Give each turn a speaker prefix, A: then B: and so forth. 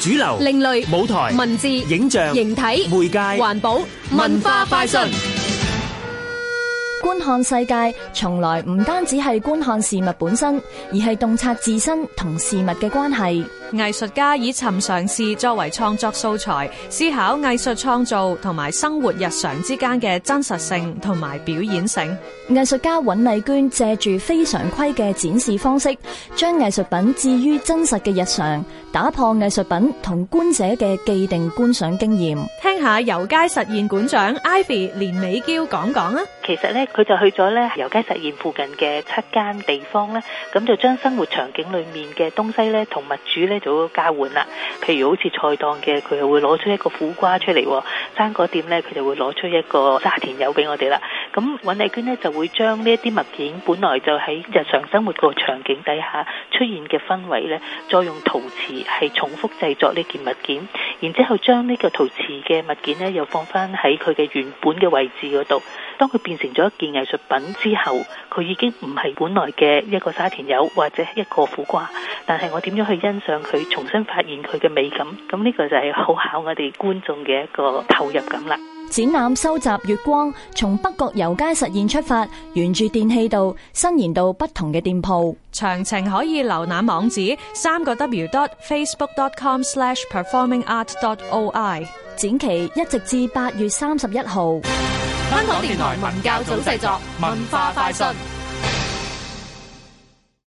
A: 主流、
B: 另類
A: 舞台、
B: 文字、
A: 影像、
B: 形體、
A: 媒介、
B: 環保、文化快訊。
C: 觀看世界從來唔單止係觀看事物本身，而係洞察自身同事物嘅關係。
D: 藝術家以尋常事作為創作素材，思考藝術創造同埋生活日常之間嘅真實性同埋表演性。
C: 藝術家尹麗娟借住非常規嘅展示方式，將藝術品置於真實嘅日常，打破藝術品同觀者嘅既定觀賞經驗。
D: 聽下遊街實驗館長 Ivy 連美嬌講講啊！
E: 其實咧，佢就去咗咧油街實驗附近嘅七間地方咧，咁就將生活場景裏面嘅東西咧同物主咧做交換啦。譬如好似菜檔嘅，佢係會攞出一個苦瓜出嚟喎；生果店咧，佢就會攞出一個沙田柚俾我哋啦。咁尹麗娟咧就會將呢一啲物件，本來就喺日常生活個場景底下出現嘅氛圍咧，再用陶瓷係重複製作呢件物件，然之後將呢個陶瓷嘅物件咧又放翻喺佢嘅原本嘅位置嗰度。當佢變成咗一件藝術品之後，佢已經唔係本來嘅一個沙田柚或者一個苦瓜，但係我點樣去欣賞佢，重新發現佢嘅美感？咁呢個就係好考我哋觀眾嘅一個投入感啦。
C: 展覽收集月光，從北角油街實驗出發，沿住電氣道伸延到不同嘅店鋪。
D: 詳情可以瀏覽網址三個 W dot Facebook dot com slash performing art dot OI。
C: 展期一直至八月三十一號。
B: 香港電台文教組製作，文化快訊。